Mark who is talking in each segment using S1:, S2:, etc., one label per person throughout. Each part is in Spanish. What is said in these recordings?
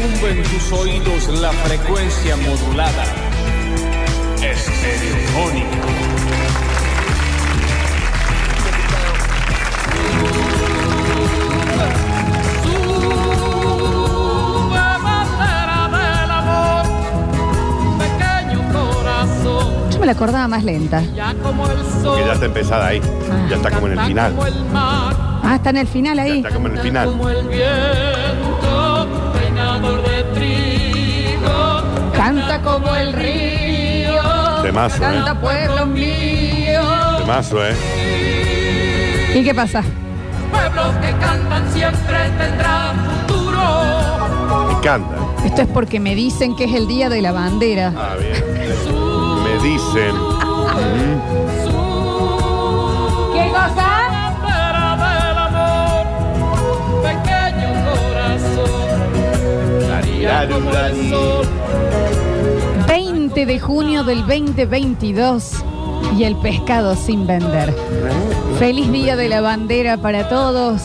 S1: tus oídos la frecuencia modulada. Estereofónica.
S2: Sube bandera del amor, pequeño corazón,
S3: Yo me la acordaba más lenta.
S2: ya como el sol.
S4: Que ya está empezada ahí. Ya está como en el
S2: canta
S4: final.
S2: Como el mar,
S3: Ah, está en el final
S4: Ya
S3: ahí.
S4: está como en el
S2: canta
S4: final.
S2: Como el viento, peinador de trigo.
S3: Canta como el río.
S4: Temazo,
S3: Canta
S4: ¿eh?
S3: pueblo mío.
S4: Temazo, ¿eh?
S3: ¿Y qué pasa?
S2: Pueblos que cantan siempre tendrán futuro.
S4: Me encanta.
S3: Esto es porque me dicen que es el día de la bandera.
S4: Ah, bien. Me dicen.
S3: ¿Qué cosa?
S2: Bandera del amor, pequeño corazón. Daría como el sol.
S3: 20 de junio del 2022 y el pescado sin vender. Feliz día de la bandera para todos.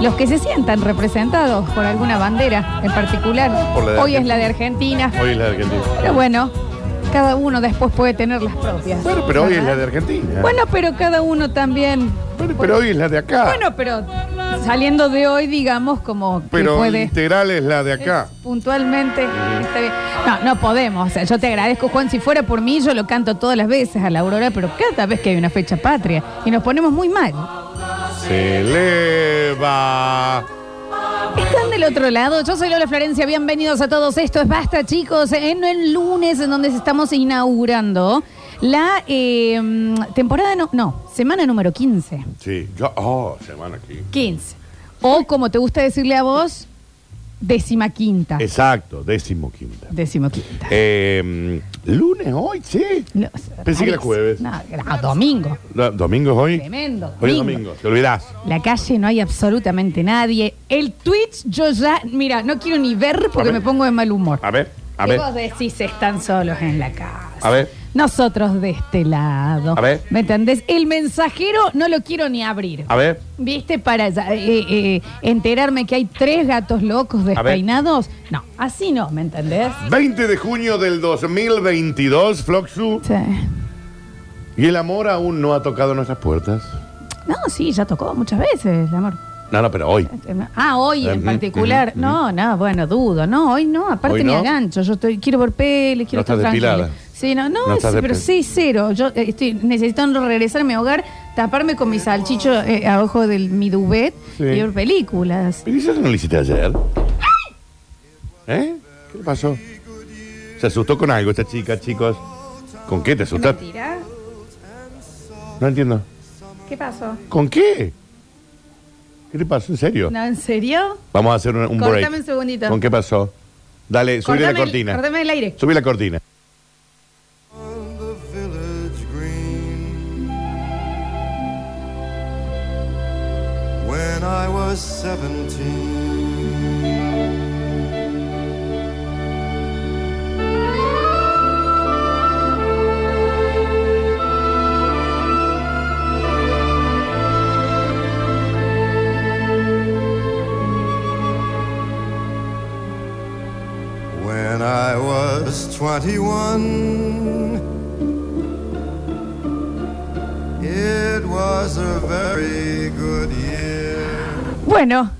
S3: Los que se sientan representados por alguna bandera en particular.
S4: Por la de
S3: Hoy es
S4: Argentina.
S3: la de Argentina.
S4: Hoy es la de Argentina.
S3: Pero bueno, cada uno después puede tener las propias.
S4: Bueno, pero hoy es la de Argentina.
S3: Bueno, pero cada uno también.
S4: Bueno, pero hoy es la de acá.
S3: Bueno, pero saliendo de hoy, digamos, como que
S4: pero
S3: puede.
S4: integral es la de acá.
S3: Puntualmente. está bien. No, no podemos. O sea, yo te agradezco, Juan. Si fuera por mí, yo lo canto todas las veces a la Aurora, pero cada vez que hay una fecha patria. Y nos ponemos muy mal.
S4: Se eleva.
S3: Están del otro lado. Yo soy Lola Florencia. Bienvenidos a todos. Esto es Basta, chicos. En el lunes, en donde estamos inaugurando la eh, temporada, no, no, semana número 15.
S4: Sí. Yo, oh, se van aquí.
S3: 15. O como te gusta decirle a vos, décima quinta.
S4: Exacto, décimo quinta.
S3: Décimo quinta.
S4: Eh, lunes hoy, sí.
S3: No,
S4: Pensé que era
S3: Alex,
S4: jueves.
S3: No, no, domingo.
S4: Do- ¿Domingo es hoy?
S3: Tremendo,
S4: Hoy es
S3: domingo.
S4: domingo, te olvidás.
S3: La calle no hay absolutamente nadie. El Twitch yo ya, mira, no quiero ni ver porque
S4: A ver.
S3: me pongo de mal humor.
S4: A ver, a
S3: Y
S4: ver.
S3: vos decís están solos en la casa.
S4: A ver.
S3: Nosotros de este lado.
S4: A ver.
S3: ¿Me entendés? El mensajero no lo quiero ni abrir.
S4: A ver.
S3: ¿Viste? Para ya, eh, eh, enterarme que hay tres gatos locos
S4: ver.
S3: despeinados. No, así no, ¿me entendés?
S4: 20 de junio del 2022, Floxu.
S3: Sí.
S4: Y el amor aún no ha tocado nuestras puertas.
S3: No, sí, ya tocó muchas veces, el amor.
S4: No, no, pero hoy.
S3: Ah, hoy en
S4: Ujú,
S3: particular.
S4: ujú,
S3: No, no, bueno, dudo. No, hoy no, aparte
S4: Hoy
S3: ni
S4: no.
S3: agancho. Yo estoy, quiero ver pele, quiero
S4: No estás
S3: estar tranquila.
S4: depilada.
S3: Sí, no, no,
S4: No
S3: sí,
S4: estás
S3: pero
S4: depil-
S3: sí, cero. Yo eh, estoy necesitando regresar a mi hogar, taparme con mi salchicho eh, a ojo de mi duvet
S4: Sí.
S3: y ver películas.
S4: ¿Pero eso no lo hiciste ayer? ¿Eh? ¿Qué le pasó? Se asustó con algo esta chica, chicos. ¿Con qué te
S3: ¿Qué
S4: asustaste?
S3: mentira?
S4: No entiendo.
S3: ¿Qué pasó?
S4: ¿Con qué? ¿Qué le pasó? ¿En serio?
S3: No, ¿en serio?
S4: Vamos a hacer un, un
S3: Cortame
S4: break.
S3: un segundito.
S4: ¿Con qué pasó? Dale, subí la
S3: Cortame el-
S4: cortina.
S3: cortame el aire.
S4: Subí la cortina.
S5: village green. When I was seventeen, when I was twenty-one. It was a very good year.
S3: Bueno,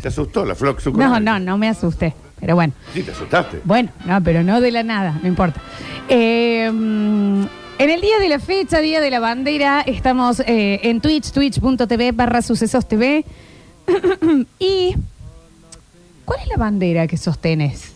S4: ¿Te asustó la Floxu? con
S3: no,
S4: algo?
S3: no, no me asusté. Pero bueno.
S4: Sí, te asustaste.
S3: Bueno, no, pero no de la nada, no importa. Eh, mm, en el día de la fecha, día de la bandera, estamos eh, en Twitch, twitch.tv barra sucesos TV. y, ¿cuál es la bandera que sostenes?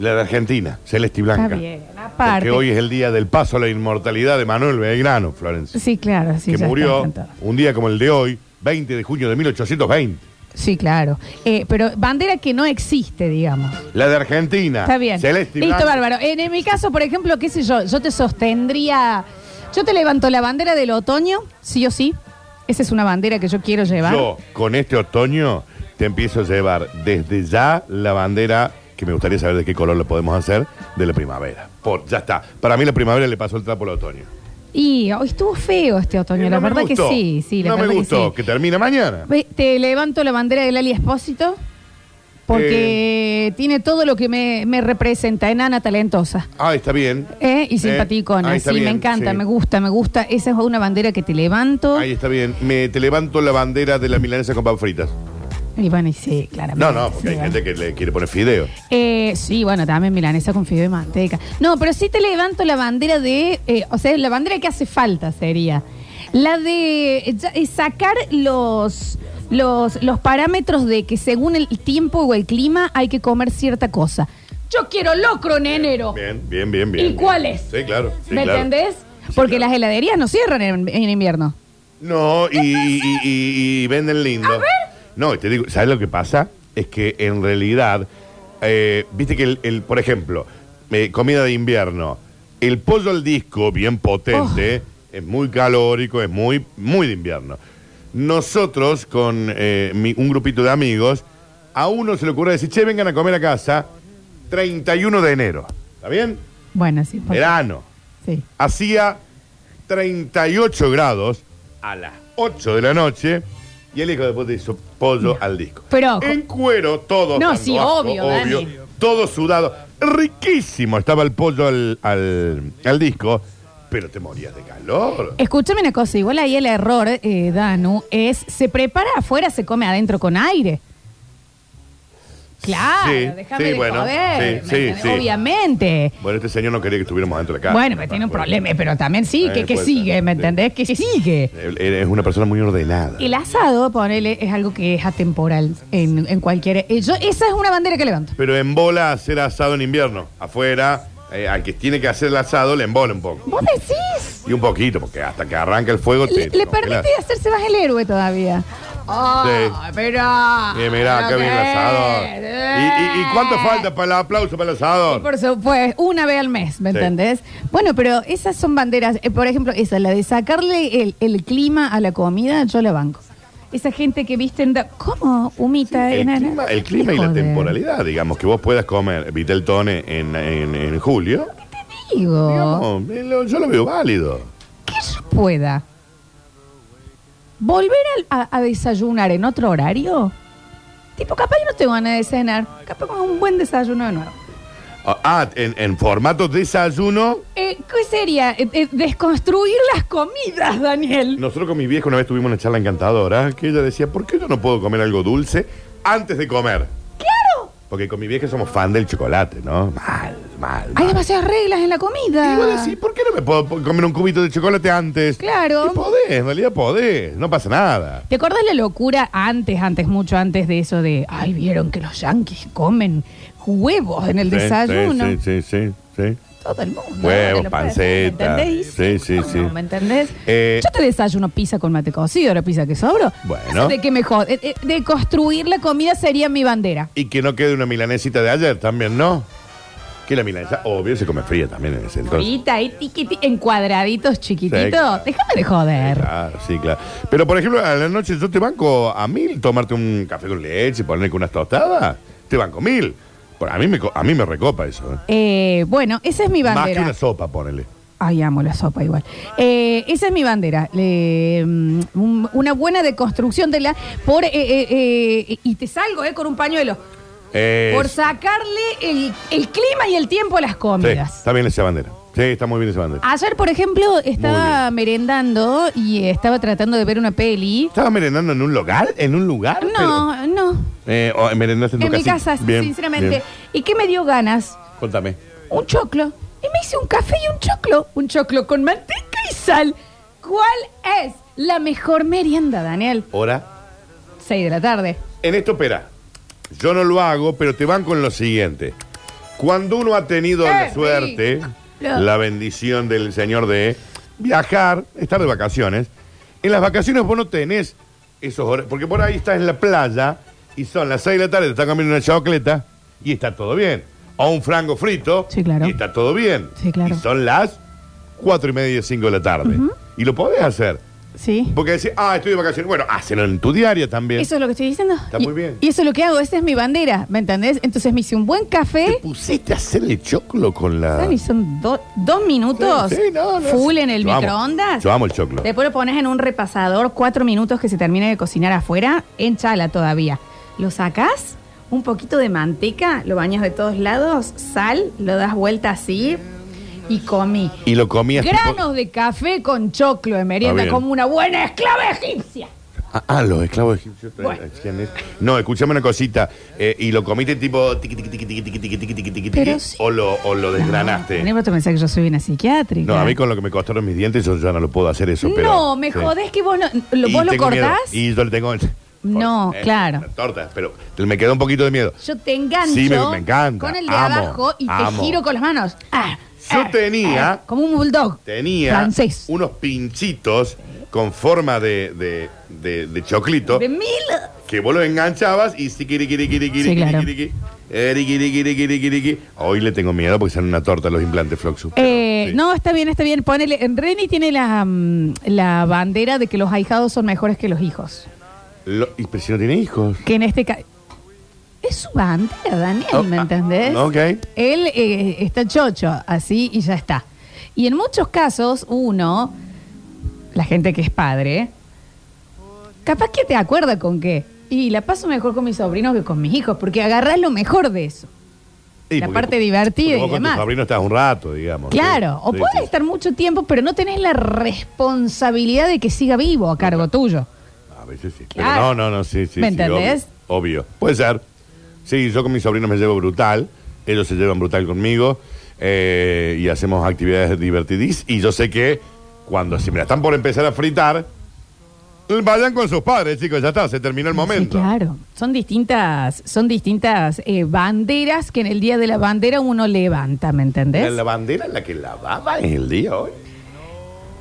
S4: La de Argentina, Celeste y Blanca.
S3: Está bien, aparte.
S4: Porque hoy es el día del paso a la inmortalidad de Manuel Belgrano, Florencia.
S3: Sí, claro, sí.
S4: que
S3: ya
S4: murió
S3: está, está.
S4: un día como el de hoy, 20 de junio de 1820.
S3: Sí, claro. Eh, pero bandera que no existe, digamos.
S4: La de Argentina.
S3: Está bien.
S4: Ah, Celeste y
S3: Listo,
S4: Blanca.
S3: bárbaro. En, en mi caso, por ejemplo, qué sé yo, yo te sostendría. Yo te levanto la bandera del otoño, sí o sí. Esa es una bandera que yo quiero llevar.
S4: Yo, con este otoño, te empiezo a llevar desde ya la bandera, que me gustaría saber de qué color lo podemos hacer, de la primavera. Por, ya está. Para mí la primavera le pasó el trapo al otoño.
S3: Y hoy estuvo feo este otoño,
S4: Eh,
S3: la
S4: no me
S3: verdad que
S4: gustó.
S3: sí, sí, la
S4: No me
S3: verdad que
S4: gustó.
S3: sí.
S4: Que termina mañana.
S3: Ve, Te levanto la bandera del Ali Espósito,
S4: Eh.
S3: Porque tiene todo lo que me, me representa, enana talentosa.
S4: Ah, está bien.
S3: ¿eh? Y
S4: Eh,
S3: simpaticona.
S4: ahí
S3: sí,
S4: está
S3: me
S4: bien,
S3: encanta,
S4: sí.
S3: me gusta, me gusta. Esa es una bandera que te levanto.
S4: Ahí está bien. Me te levanto la bandera de la milanesa con pan fritas.
S3: Y bueno, y sí, claramente.
S4: No, no, porque hay
S3: Ah, sí,
S4: gente que le quiere poner fideo.
S3: Eh, sí, bueno, también milanesa con fideo y manteca. No, pero sí te levanto la bandera de, eh, o sea, la bandera que hace falta sería la de eh, ya- eh, sacar los los los parámetros de que según el tiempo o el clima hay que comer cierta cosa. Yo quiero locro en enero.
S4: Bien, bien, bien, bien.
S3: ¿Y cuáles?
S4: Sí, claro. sí,
S3: ¿Me
S4: claro.
S3: entendés?
S4: Sí,
S3: Porque
S4: claro.
S3: las heladerías no cierran en, en invierno.
S4: No, y, y- y- y venden lindo.
S3: A ver.
S4: No, y te digo, ¿sabes lo que pasa? Es que en realidad, eh, viste que, el, el- por ejemplo, eh, comida de invierno, el pollo al disco, bien potente,
S3: Oh.
S4: es muy calórico, es muy, muy de invierno. Nosotros, con eh, mi- un grupito de amigos, a uno se le ocurre decir, che, vengan a comer a casa 31 de enero. ¿Está bien?
S3: Bueno, sí. por-
S4: Verano.
S3: Sí.
S4: Hacía 38 grados a las 8 de la noche y el hijo de puta hizo pollo al disco.
S3: Pero ojo.
S4: En cuero, todo.
S3: No,
S4: dando
S3: sí, obvio, Dani.
S4: Todo sudado. Riquísimo estaba el pollo al, al- al disco, pero te morías de calor.
S3: Escúchame una cosa, igual ahí el error, eh, Danu, es se prepara afuera, se come adentro con aire. Claro,
S4: Sí,
S3: déjame
S4: sí,
S3: de
S4: bueno,
S3: joder,
S4: sí,
S3: ¿me
S4: sí,
S3: entendés?
S4: sí.
S3: obviamente.
S4: Bueno, este señor no quería que estuviéramos dentro de la casa.
S3: bueno, pero tiene un problema, pero también sí,
S4: Eh,
S3: que, que
S4: puede
S3: sigue,
S4: ser,
S3: ¿me
S4: sí.
S3: entendés? Que sigue.
S4: Él- él Es una persona muy ordenada.
S3: El asado, ponele, es algo que es atemporal en, en cualquier... eh, yo- esa es una bandera que levanto.
S4: Pero en bola hacer asado en invierno. Afuera, eh, al que tiene que hacer el asado le embola un poco.
S3: ¿Vos decís?
S4: Y un poquito, porque hasta que arranca el fuego te.
S3: Le,
S4: te
S3: le
S4: congelas.
S3: permite hacerse más el héroe todavía. Ah, pero...
S4: Eh, mirá, acá
S3: pero
S4: viene el
S3: qué-
S4: asador. ¿Y, y, y cuánto falta para el aplauso para el asador?
S3: Eh. Por supuesto, una vez al mes, ¿me
S4: Sí.
S3: entendés? Bueno, pero esas son banderas. eh, por ejemplo, esa, la de sacarle el, el clima a la comida, yo la banco. Esa gente que viste en... da- ¿Cómo? Humita,
S4: el
S3: enana.
S4: clima, el clima y la
S3: Joder.
S4: temporalidad, digamos, que vos puedas comer Viteltone en, en, en julio.
S3: Te digo,
S4: digamos, eh, lo- yo lo veo válido.
S3: que yo pueda volver al- a, a desayunar en otro horario. Tipo, capaz que no te van a cenar. Capaz con un buen desayuno de nuevo.
S4: Ah, Ah, en, en formato desayuno.
S3: Eh, ¿Qué sería? Eh, eh, desconstruir las comidas, Daniel.
S4: Nosotros con mi vieja una vez tuvimos una charla encantadora que ella decía, ¿por qué yo no puedo comer algo dulce antes de comer?
S3: ¡Claro!
S4: Porque con mi vieja somos fan del chocolate, ¿no? Mal, mal.
S3: Hay
S4: mal.
S3: demasiadas reglas en la comida.
S4: Y vos decís, ¿por qué no me puedo po- comer un cubito de chocolate antes?
S3: Claro.
S4: Y podés, en realidad podés, no pasa nada.
S3: ¿Te acordás la locura antes, antes, mucho antes de eso de, ay, vieron que los yanquis comen huevos en el
S4: Sí,
S3: desayuno?
S4: Sí, sí, sí, sí.
S3: Todo el mundo.
S4: Huevos,
S3: Te lo puedes-
S4: panceta.
S3: ¿Me entendés?
S4: Sí, sí,
S3: ¿Cómo
S4: sí.
S3: no? ¿Me entendés?
S4: Eh,
S3: Yo te desayuno pizza con mate cocido, la pizza que sobró.
S4: Bueno.
S3: Eso ¿De qué mejor? Eh, eh, De construir la comida sería mi bandera.
S4: Y que no quede una milanesita de ayer también, ¿no? Que la milanesa, obvio, se come fría también en ese entonces.
S3: Ahorita, ahí, eh, tiquiti, en cuadraditos chiquititos.
S4: Sí, claro.
S3: Déjame de joder.
S4: Claro, sí, claro. Pero, por ejemplo, a la noche yo te banco a mil tomarte un café con leche, ponerle con unas tostadas. Te banco mil. Por- a, mí me, co- a mí me recopa eso. ¿eh?
S3: Eh, bueno, esa es mi bandera.
S4: Más que una sopa, ponele.
S3: Ay, amo la sopa igual. Eh, esa es mi bandera. Le- mm, un- una buena deconstrucción de la. Por, eh, eh, eh, y te salgo eh, con un pañuelo.
S4: Eh,
S3: Por
S4: sí,
S3: sacarle el, el clima y el tiempo a las comidas.
S4: está bien esa bandera. Sí, está muy bien esa bandera.
S3: Ayer, por ejemplo, estaba merendando y estaba tratando de ver una peli.
S4: ¿Estabas merendando en un lugar? ¿En un lugar?
S3: No, no.
S4: Pero, eh, o merendaste en tu
S3: En mi
S4: casita.
S3: casa,
S4: Bien,
S3: sinceramente.
S4: bien.
S3: ¿Y qué me dio ganas?
S4: Contame.
S3: un choclo. Y me hice un café y un choclo. Un choclo con manteca y sal. ¿Cuál es la mejor merienda, Daniel?
S4: Hora.
S3: 6 de la tarde.
S4: En esto, espera. Yo no lo hago, pero te van con lo siguiente. Cuando uno ha tenido
S3: Eh,
S4: la suerte,
S3: rico.
S4: la bendición del Señor de viajar, estar de vacaciones, en las vacaciones vos no tenés esos horarios. Porque por ahí estás en la playa y son las 6 de la tarde, te están comiendo una chocleta y está todo bien. O un frango frito
S3: Sí, claro.
S4: y está todo bien.
S3: Sí, claro.
S4: Y son las 4 y media, 5 de la tarde. Y lo podés hacer.
S3: Sí.
S4: Porque decís, ah, estoy de vacaciones. Bueno, hacelo en tu diaria también.
S3: Eso es lo que estoy diciendo.
S4: Está
S3: Y-
S4: muy bien.
S3: Y eso es lo que hago. Esa es mi bandera. ¿Me entendés? Entonces me hice un buen
S4: ¿Te
S3: café.
S4: pusiste a hacerle choclo con la.
S3: Dani, son do- dos minutos
S4: Sí, sí, no, no,
S3: full
S4: sí.
S3: en el
S4: Yo amo.
S3: microondas.
S4: Yo amo el choclo.
S3: Después lo pones en un repasador, cuatro minutos que se termine de cocinar afuera, en chala todavía. Lo sacás, un poquito de manteca, lo bañas de todos lados, sal, lo das vuelta así y comí.
S4: Y lo comías tipo-
S3: Granos de café con choclo de merienda
S4: bien.
S3: como una buena esclava egipcia.
S4: Ah, ah, los esclavos egipcios tra-
S3: Bueno.
S4: hacían eso. No, escúchame una cosita. Eh, y lo comiste tipo tiqui, tiqui, tiqui, tiqui, tiqui, tiqui, tiqui, tiqui, tiqui,
S3: Pero
S4: tiqui,
S3: sí.
S4: o lo, o lo
S3: No,
S4: desgranaste.
S3: vos te pensás que yo soy una psiquiátrica.
S4: No, a mí con lo que me costaron mis dientes yo ya no lo puedo hacer eso. pero,
S3: no, me
S4: sí.
S3: jodés que vos, no- lo,
S4: Y
S3: vos lo
S4: tengo miedo.
S3: cortás.
S4: Y yo le tengo...
S3: No,
S4: Eh,
S3: claro.
S4: la Torta, pero me queda un poquito de miedo.
S3: Yo te engancho
S4: Sí, me- me encanta.
S3: con el de
S4: Amo,
S3: abajo y
S4: amo.
S3: te giro con las manos. Ah,
S4: Yo
S3: ah,
S4: tenía-
S3: ah, como un bulldog.
S4: Tenía
S3: Francés.
S4: unos pinchitos con forma de, de, de- de choclito
S3: De mil.
S4: que vos los enganchabas y si kiri kiri kiri kiri
S3: Sí,
S4: kiri,
S3: claro.
S4: kiri, kiri, eh, ri, kiri, kiri, kiri, kiri, kiri. Hoy le tengo miedo porque salen una torta los implantes Floxu. pero
S3: Eh,
S4: sí.
S3: No, está bien, está bien. Ponele. Reni tiene la, mm, la bandera de que los ahijados son mejores que los hijos.
S4: Lo- y, pero si no tiene hijos.
S3: Que en este caso. Es su bandera, Daniel,
S4: Oh,
S3: ¿me
S4: ah,
S3: entendés?
S4: ok.
S3: Él eh, está chocho, así y ya está. Y en muchos casos, uno, la gente que es padre, capaz que te acuerda con qué. Y la paso mejor con mis sobrinos que con mis hijos, porque agarrás lo mejor de eso.
S4: Sí,
S3: la
S4: porque-
S3: parte divertida
S4: porque
S3: y
S4: vos con tu
S3: demás.
S4: sobrino estás un rato, digamos. ¿sí?
S3: Claro, o
S4: Sí,
S3: puedes
S4: sí, sí.
S3: estar mucho tiempo, pero no tenés la responsabilidad de que siga vivo a cargo tuyo.
S4: A veces sí.
S3: Claro.
S4: Pero no, no, no, sí, sí.
S3: ¿Me
S4: sí,
S3: entendés?
S4: Obvio, obvio. Puede ser. Sí, yo con mis sobrinos me llevo brutal. Ellos se llevan brutal conmigo. eh, y hacemos actividades divertidís. Y yo sé que cuando si me la están por empezar a fritar, vayan con sus padres, chicos. Ya está, se terminó el momento.
S3: Sí, claro. Son distintas, son distintas eh, banderas que en el día de la bandera uno levanta, ¿me
S4: La
S3: entendés? La,
S4: lavandera la que lavaba es el día hoy.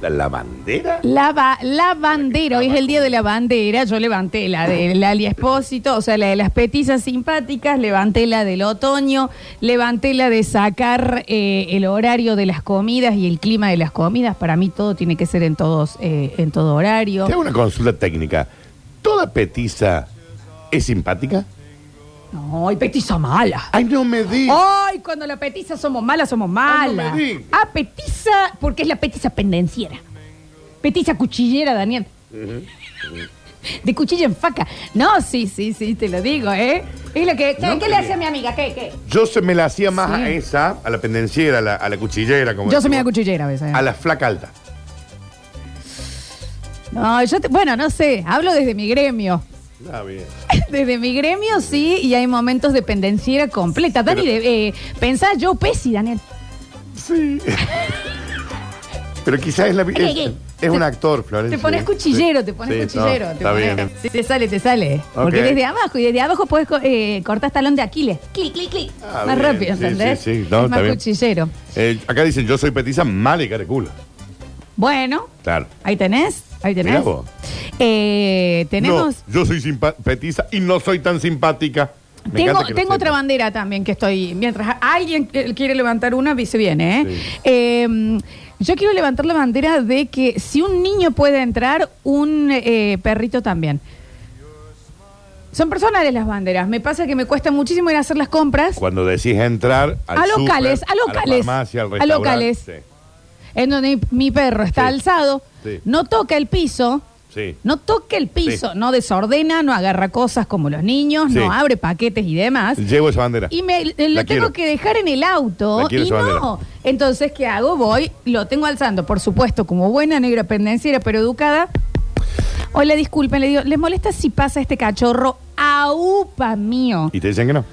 S4: La lavandera.
S3: ba- la bandera, hoy es el día de la bandera, yo levanté la de Lali Espósito, o sea, la de las petizas simpáticas, levanté la del otoño, levanté la de sacar eh, el horario de las comidas y el clima de las comidas, para mí todo tiene que ser en todos, eh, en todo horario.
S4: Te hago una consulta técnica. ¿Toda petiza es simpática?
S3: No, hay petiza mala.
S4: Ay, no me digas.
S3: Hoy, cuando la petiza somos malas, somos malas.
S4: no me digas.
S3: ah, petiza, porque es la petiza pendenciera. Petiza cuchillera, Daniel. De cuchilla en faca. No, sí, sí, sí, te lo digo, ¿eh? Es lo que. ¿Qué,
S4: No
S3: qué
S4: me
S3: le
S4: digas.
S3: hace a mi amiga? ¿Qué? qué?
S4: Yo se me la hacía más
S3: Sí.
S4: a esa, a la pendenciera, a la, a la cuchillera. Como
S3: Yo
S4: decís
S3: soy media
S4: vos.
S3: cuchillera a veces. ¿eh?
S4: A la flaca alta.
S3: No, yo te- bueno, no sé. Hablo desde mi gremio.
S4: Está bien.
S3: Desde mi gremio, sí, y hay momentos de pendenciera completa. Dani, de- eh, pensá yo, Pesi, Daniel.
S4: Sí. Pero quizás es la.
S3: ¿Qué,
S4: Es,
S3: qué?
S4: es un actor, Florencia.
S3: Te pones cuchillero,
S4: Sí.
S3: te pones
S4: Sí, no,
S3: cuchillero. te
S4: está
S3: pones-
S4: bien.
S3: Sí, te sale, te sale. Porque
S4: Ok.
S3: desde abajo, y desde abajo puedes eh, cortar talón de Aquiles. Clic, clic, clic.
S4: Ah,
S3: más
S4: bien.
S3: rápido,
S4: Sí,
S3: ¿entendés?
S4: sí, sí. No,
S3: es más
S4: está bien.
S3: cuchillero.
S4: Eh, acá dicen, yo soy petiza mala y careculo.
S3: Bueno,
S4: Claro.
S3: ahí tenés, ahí tenés.
S4: Mirá vos.
S3: Eh, tenemos.
S4: No, yo soy simpa- petiza y no soy tan simpática. Me
S3: Tengo,
S4: encanta que lo
S3: tengo
S4: sepas.
S3: otra bandera también que estoy. Mientras alguien que- quiere levantar una, dice bien, ¿eh?
S4: Sí.
S3: Eh, Yo quiero levantar la bandera de que si un niño puede entrar, un eh, perrito también. Son personales las banderas. Me pasa que me cuesta muchísimo ir a hacer las compras.
S4: Cuando decís entrar al
S3: A locales,
S4: súper,
S3: a locales,
S4: la farmacia, al
S3: a
S4: restaurante,
S3: locales.
S4: sí.
S3: En donde mi perro está
S4: Sí.
S3: alzado,
S4: Sí.
S3: no toca el piso.
S4: Sí.
S3: No toca el piso,
S4: Sí.
S3: no desordena, no agarra cosas como los niños,
S4: Sí.
S3: no abre paquetes y demás.
S4: Llevo esa bandera.
S3: Y me lo
S4: La
S3: tengo
S4: quiero.
S3: que dejar en el auto
S4: La quiero
S3: y
S4: esa
S3: no.
S4: bandera.
S3: Entonces, ¿qué hago? Voy, lo tengo alzando, por supuesto, como buena negra pendenciera, pero educada. Hola, disculpen, le digo, ¿les molesta si pasa este cachorro aupa mío?
S4: Y te dicen que no.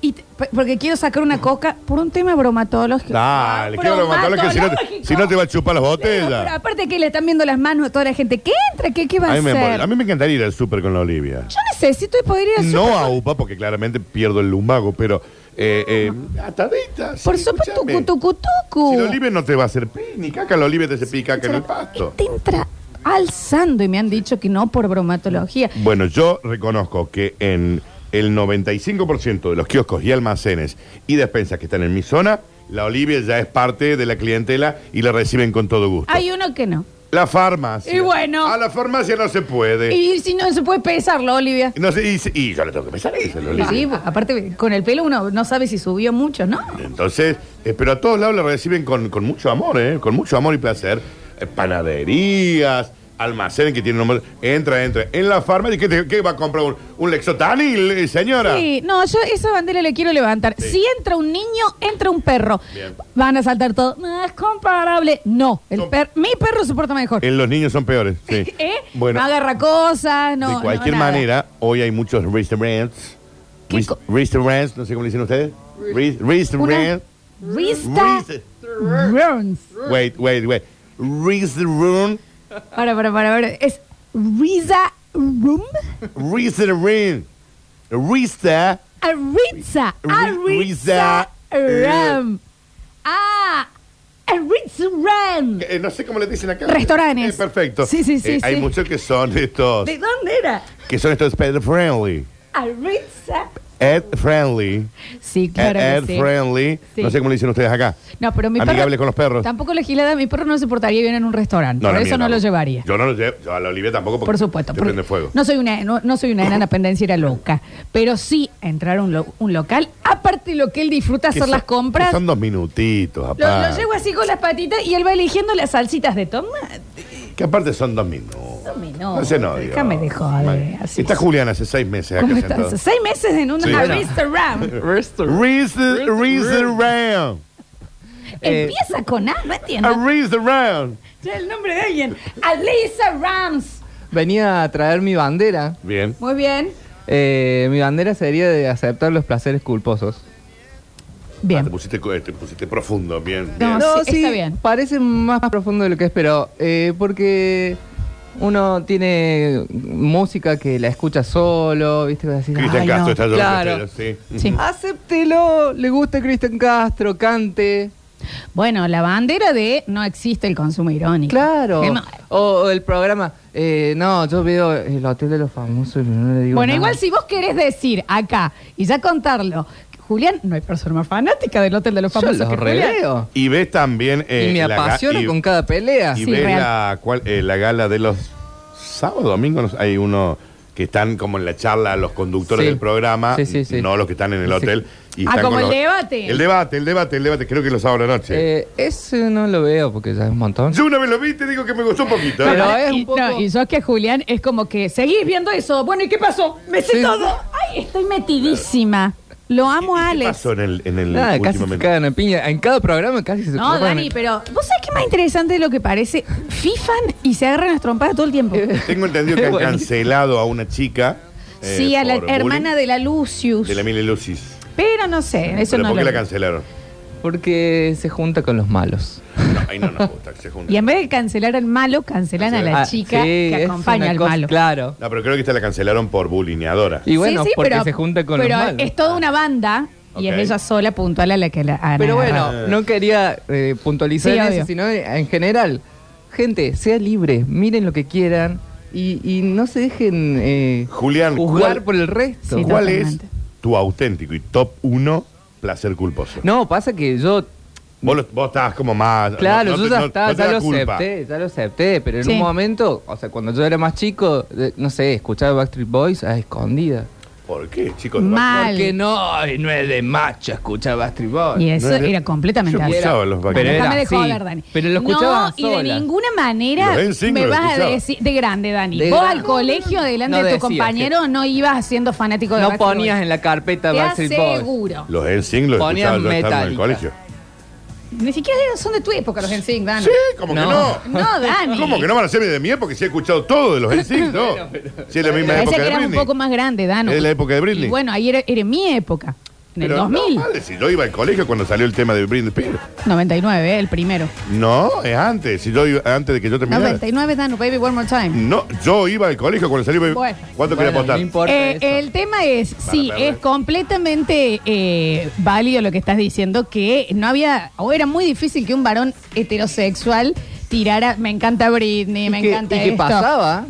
S3: Y te- p- porque quiero sacar una coca por un tema bromatológico.
S4: Dale, qué bromatológico, si no te- si no te va a chupar las botellas.
S3: Pero, pero aparte que le están viendo las manos a toda la gente. ¿Qué entra? ¿Qué, qué va a,
S4: A mí, me,
S3: hacer?
S4: embol- a mí me encantaría ir al súper con la Olivia.
S3: Yo necesito poder ir al
S4: No
S3: súper
S4: a UPA, porque claramente pierdo el lumbago, pero. Eh, eh, atadita. sí,
S3: Por supuesto,
S4: escúchame.
S3: tucu, tucu, tucu.
S4: Si la Olivia no te va a hacer pi, ni caca, la Olivia te se pica caca en el pasto.
S3: Te entra alzando y me han dicho que no por bromatología.
S4: Bueno, yo reconozco que en el 95% de los kioscos y almacenes y despensas que están en mi zona, la Olivia ya es parte de la clientela y la reciben con todo gusto.
S3: Hay uno que no.
S4: La farmacia.
S3: Y bueno.
S4: A la farmacia no se puede.
S3: Y si no se puede pesarlo, Olivia.
S4: No sé, y, y yo le tengo que pensar eso, la
S3: Y
S4: Olivia.
S3: sí, aparte con el pelo uno no sabe si subió mucho, ¿no?
S4: Entonces, eh, pero a todos lados la reciben con, con mucho amor, ¿eh? Con mucho amor y placer. Eh, panaderías, almacenes que tienen nombre. Entra, entra. En la farmacia, ¿qué, te- qué va a comprar? ¿Un, un Lexotanil, eh, señora?
S3: Sí, no, yo esa bandera la quiero levantar.
S4: Sí.
S3: Si entra un niño, entra un perro.
S4: Bien.
S3: Van a saltar todo. No, es comparable. No, el
S4: Com-
S3: per- mi perro se porta mejor.
S4: Eh, los niños son peores. Sí.
S3: ¿Eh?
S4: Bueno,
S3: no agarra cosas, no.
S4: de cualquier
S3: no, nada.
S4: manera, hoy hay muchos restaurants.
S3: ¿Qué
S4: Rest-
S3: co-
S4: Restaurants, no sé cómo le dicen ustedes. Rest-
S3: Una
S4: Restaurants.
S3: Vista.
S4: Rest-
S3: Burns.
S4: Wait, wait, wait. Restaurant.
S3: Ahora, para, para, para. Es Riza Room.
S4: Restaurant. Resta.
S3: Ariza. Ariza
S4: eh.
S3: Ram. Ah. Ariza Ram.
S4: Eh, no sé cómo le dicen acá.
S3: Restaurantes.
S4: Eh, perfecto.
S3: Sí, sí, sí,
S4: Eh, Hay
S3: sí.
S4: muchos que son estos.
S3: ¿De dónde era?
S4: Que son estos pet friendly.
S3: Ariza.
S4: Ed friendly.
S3: Sí,
S4: Ed,
S3: claro. que
S4: Eh, ed
S3: sí.
S4: friendly.
S3: Sí.
S4: No sé cómo le dicen ustedes acá.
S3: No, pero mi
S4: Amigable
S3: perro.
S4: con los perros.
S3: Tampoco la gilada, mi perro no se portaría bien en un restaurante. por
S4: la
S3: eso
S4: mía
S3: no lo llevaría.
S4: Yo no lo llevo. Yo a la Olivia tampoco. porque
S3: por supuesto.
S4: te
S3: porque
S4: prende fuego.
S3: No soy una, no, no soy una enana pendenciera loca. Pero sí entrar a un, lo- un local. Aparte lo que él disfruta
S4: Que
S3: hacer
S4: son-
S3: las compras.
S4: que Son Ah. dos minutitos,
S3: Lo, lo
S4: aparte.
S3: llevo así con las patitas y él va eligiendo las salsitas de tomate.
S4: Que aparte son dos minutos.
S3: Dos minutos.
S4: No se no, digo.
S3: Déjame de joder,
S4: Mal.
S3: así
S4: Está
S3: es.
S4: Julián hace seis meses acá
S3: ¿Cómo estás?
S4: sentado.
S3: Seis meses en un
S4: Sí.
S3: Instagram.
S4: Reese, Reese around.
S3: Empieza con A, no
S4: A
S3: entiendo.
S4: Reese around.
S3: Ya el nombre de alguien. Alisa Rams.
S6: Venía a traer mi bandera.
S4: Bien.
S3: Muy bien.
S6: Eh, mi bandera sería de aceptar los placeres culposos.
S4: Te
S3: Bien.
S4: pusiste, co- eh, te pusiste profundo, bien.
S3: No,
S4: bien.
S3: sí, está bien.
S6: Parece más profundo de lo que espero, eh, porque uno tiene música que la escucha solo, ¿viste? Vas a decir,
S4: Cristian
S6: "Ay,
S4: Castro
S6: no".
S4: está yo
S6: claro.
S4: sí.
S3: Sí.
S6: Acéptelo, le gusta Cristian Castro, cante.
S3: Bueno, la bandera de no existe el consumo irónico.
S6: Claro.
S3: Me ma-
S6: O, o el programa, eh, no, yo veo el Hotel de los Famosos y no le digo
S3: Bueno,
S6: nada.
S3: igual si vos querés decir acá y ya contarlo, Julián, no hay persona más fanática del Hotel de los
S6: Yo
S3: Famosos que
S6: los
S3: Julián.
S6: reveo.
S4: Y ves también. eh,
S6: y me
S4: la ga-
S6: apasiono
S4: y-
S6: con cada pelea.
S4: Y
S3: Sí,
S4: ves
S3: real.
S4: la, cual- eh, la gala de los sábados, domingos. Hay uno que están como en la charla los conductores
S6: Sí.
S4: del programa,
S6: Sí, sí, sí.
S4: no los que están en el
S6: Sí.
S4: hotel. Y
S3: Ah,
S4: están
S3: como
S4: con
S3: el
S4: los-
S3: debate.
S4: El debate, el debate, el debate. Creo que los sábados de la noche.
S6: Eh, ese no lo veo porque ya es un montón.
S4: Yo una vez lo vi y te digo que me gustó un poquito. ¿eh?
S6: Pero
S3: Bueno,
S6: es
S3: y,
S6: un poco-
S3: no, y yo que Julián es como que seguís viendo eso. Bueno, ¿y qué pasó? Me sé
S6: Sí.
S3: todo. Ay, estoy metidísima. Lo amo a
S4: ¿Qué
S3: Alex.
S4: pasó en el, en el
S6: Nada, casi se
S4: últimamente?
S6: cagan a piña. En cada programa casi se
S3: No,
S6: se ponen-
S3: Dani, pero ¿vos sabés qué más interesante de lo que parece? Fifan y se agarran las trompadas todo el tiempo.
S4: Tengo entendido que han
S6: Buenísimo.
S4: cancelado a una chica. eh,
S3: sí, a la
S4: por
S3: hermana
S4: bullying,
S3: de la Lucius.
S4: de la Mile Lucis.
S3: Pero no sé, eso
S4: ¿Pero
S3: no
S4: por
S3: lo...
S4: qué la cancelaron?
S6: Porque se junta con los malos.
S4: No, ahí no nos gusta que se junten.
S3: Y en vez de cancelar al malo, cancelan a la
S6: Ah,
S3: chica
S6: sí,
S3: que
S6: es
S3: acompaña
S6: una
S3: al
S6: cosa-
S3: malo.
S6: Claro.
S4: No, pero creo que esta la cancelaron por bulineadora.
S6: Y bueno,
S3: Sí, sí,
S6: porque
S3: pero-
S6: se junta con
S3: pero
S6: los malos.
S3: es toda una banda y es
S4: Ok.
S3: ella sola puntual a la que la han
S6: Pero
S3: agarrado.
S6: bueno, no quería eh, puntualizar
S3: Sí,
S6: en
S3: obvio.
S6: eso, sino en general. Gente, sea libre, miren lo que quieran y, y no se dejen eh,
S4: Julián,
S6: juzgar
S4: ¿cuál-
S6: por el resto.
S3: Sí,
S4: ¿Cuál es
S3: totalmente.
S4: tu auténtico y top 1 placer culposo?
S6: No, pasa que yo
S4: Vos, lo- vos estabas como más.
S6: Claro,
S4: no- no
S6: yo
S4: te-
S6: ya
S4: no-
S6: estaba,
S4: no te
S6: ya
S4: da
S6: lo
S4: culpa.
S6: acepté, ya lo acepté, pero en
S3: Sí.
S6: un momento, o sea, cuando yo era más chico, de- no sé, escuchaba Backstreet Boys a escondida.
S4: ¿Por qué, chicos?
S3: Mal.
S6: Porque no, ay, no es de macho escuchar Backstreet Boys.
S3: Y eso
S4: No, no,
S3: era completamente
S4: yo
S3: así.
S4: escuchaba los Backstreet
S6: Pero
S3: Déjame
S6: era
S3: de
S6: así,
S3: joder, Dani.
S6: pero lo escuchaba
S3: no, y de
S6: sola.
S3: ninguna manera
S4: Los Dancing
S3: me
S4: lo
S3: vas a
S4: escuchaba.
S3: decir de grande, Dani.
S6: De
S3: Vos
S6: grande.
S3: al colegio delante
S6: No
S3: de tu
S6: decías
S3: compañero no ibas siendo fanático de
S6: No
S3: Backstreet
S6: ponías
S3: Boys.
S6: en la carpeta Backstreet
S3: Te
S6: Boys.
S3: aseguro.
S4: Los Helsing los escuchaba
S6: Ponían
S4: yo estando en el
S6: Metallica.
S4: colegio.
S3: Ah, Ni siquiera eran- son de tu época los NSYNC, Dani.
S4: Sí, como que
S6: No.
S4: no.
S3: No, Dani.
S4: ¿Cómo que no van a ser de mi época? Si he escuchado todo de los Helsing, ¿no? Si es la misma
S3: Parece
S4: época
S3: que
S4: de
S3: eras un
S4: Britney.
S3: poco más grande, Dani.
S4: Era la época de Britney.
S3: Y bueno, ahí era, era mi época. En el
S4: Pero
S3: 2000.
S4: No, vale, si yo iba al colegio cuando salió el tema de Britney Spears.
S3: 99, eh, el primero.
S4: No, es antes. Si yo iba, antes de que yo terminara.
S3: 99, Danu, baby, one more time.
S4: No, yo iba al colegio cuando salió.
S3: Bueno.
S4: ¿Cuánto
S6: Bueno,
S4: quería apostar?
S6: No importa
S3: Eh,
S6: eso.
S3: el tema es, sí,
S4: perder.
S3: es completamente eh, válido lo que estás diciendo, que no había, o era muy difícil que un varón heterosexual tirara, me encanta Britney,
S6: Y
S3: me
S6: que,
S3: encanta
S6: y que
S3: esto.
S6: pasaba,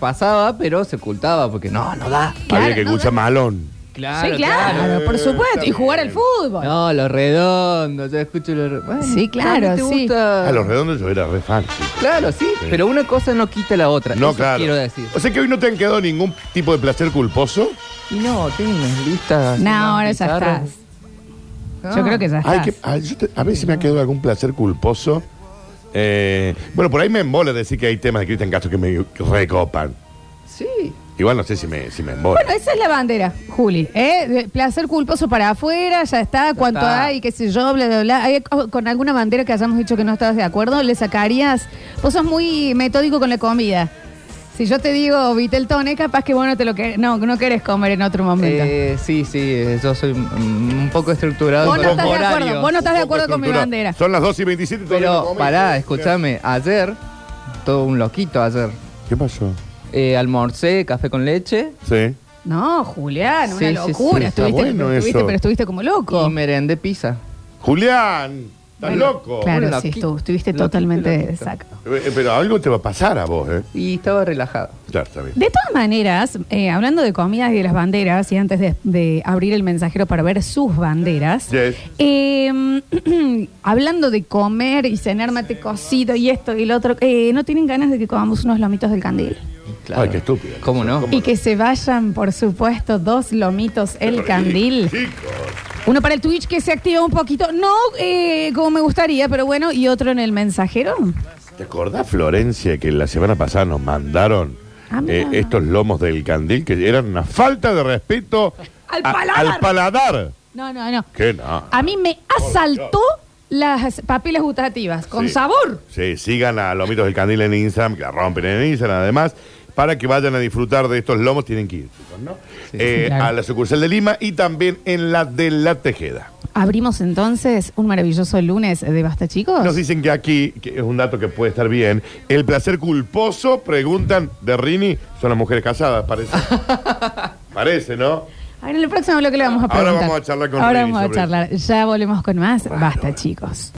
S6: pasaba, pero se ocultaba, porque no, no da.
S3: Claro,
S4: Había que
S3: no,
S4: escuchar
S3: no.
S4: malón.
S3: Sí, claro, por supuesto, y jugar al fútbol.
S6: No, lo redondo, yo escucho lo redondo.
S3: Sí, claro,
S6: ¿te
S3: sí.
S6: gusta?
S4: A los redondos yo era re fan. chico.
S6: Claro, sí, pero una cosa no quita la otra.
S4: No,
S6: eso
S4: claro.
S6: quiero decir.
S4: O sea que hoy no te han quedado ningún tipo de placer culposo.
S6: Y no, tengo unas listas.
S3: No,
S6: unas
S3: ahora ya
S6: bizarras.
S3: estás.
S6: No.
S3: Yo creo que ya
S4: Ay,
S3: estás.
S4: que- ay, yo te- a veces me ha quedado algún placer culposo Eh, bueno, por ahí me embola decir que hay temas de Cristian Castro que me recopan.
S6: Sí.
S4: Igual no sé si me, si me embola.
S3: Bueno, esa es la bandera, Juli. ¿eh? De- Placer culposo para afuera, ya está, cuánto
S6: está.
S3: hay, qué sé yo, bla, bla, bla. Hay co- con alguna bandera que hayamos dicho que no estabas de acuerdo, le sacarías. Vos sos muy metódico con la comida. Si yo te digo Vitel Tone, capaz que bueno te lo que no, no querés comer en otro momento.
S6: Eh, sí, sí, eh, yo soy mm, un poco estructurado
S3: Vos
S6: con
S3: no
S6: los
S3: estás de
S6: horarios.
S3: acuerdo, vos no estás de acuerdo con mi bandera.
S4: Son las 2 y 27 y todavía no
S6: Pero
S4: comí.
S6: pará, escúchame, ayer, todo un loquito ayer,
S4: ¿Qué pasó?
S6: eh, almorcé café con leche
S4: Sí.
S3: No, Julián,
S6: Sí,
S3: una
S6: sí,
S3: locura.
S6: sí, está
S3: estuviste,
S4: bueno
S3: pero, estuviste
S4: eso.
S3: pero estuviste como loco.
S6: y merendé pizza.
S4: Julián, estás
S3: Bueno,
S4: loco.
S3: Claro,
S6: Bueno,
S3: sí,
S6: loqui-
S3: estu- estuviste
S6: loquito,
S3: totalmente
S6: loquito.
S3: sacado.
S4: Eh, eh, Pero algo te va a pasar a vos, ¿eh?
S6: Y estaba relajado.
S4: Ya, está bien.
S3: De todas maneras, eh, hablando de comidas y de las banderas, y antes de, de abrir el mensajero para ver sus banderas,
S4: Yes.
S3: eh, hablando de comer y cenar mate cocido y esto y lo otro, eh, ¿no tienen ganas de que comamos unos lomitos del candil?
S4: Ay, qué estúpido.
S6: ¿Cómo no?
S4: ¿Cómo?
S3: Y que se vayan, por supuesto, dos lomitos el candil.
S4: Chicos.
S3: Uno para el Twitch que se activa un poquito, no eh, como me gustaría, pero bueno, y otro en el mensajero.
S4: ¿Te acordás, Florencia, que la semana pasada nos mandaron
S3: Ah, mira.
S4: eh, estos lomos del candil que eran una falta de respeto
S3: Al
S4: a-
S3: paladar.
S4: al paladar?
S3: No, no, no.
S4: Que no.
S3: A mí me asaltó las papilas gustativas, con
S4: Sí.
S3: sabor.
S4: Sí, sigan a Lomitos del Candil en Instagram, que la rompen en Instagram además. Para que vayan a disfrutar de estos lomos, tienen que ir, chicos, ¿no? Eh,
S3: claro.
S4: A la sucursal de Lima y también en la de La Tejeda.
S3: Abrimos entonces un maravilloso lunes de Basta, chicos.
S4: Nos dicen que aquí, que es un dato que puede estar bien, el placer culposo, preguntan de Rini, son las mujeres casadas, parece. parece, ¿no?
S3: Ahora en el próximo bloque le vamos a
S4: Ahora
S3: preguntar.
S4: vamos a charlar con
S3: Ahora
S4: Rini
S3: vamos a
S4: sobre
S3: charlar. Ya volvemos con más. Basta, chicos.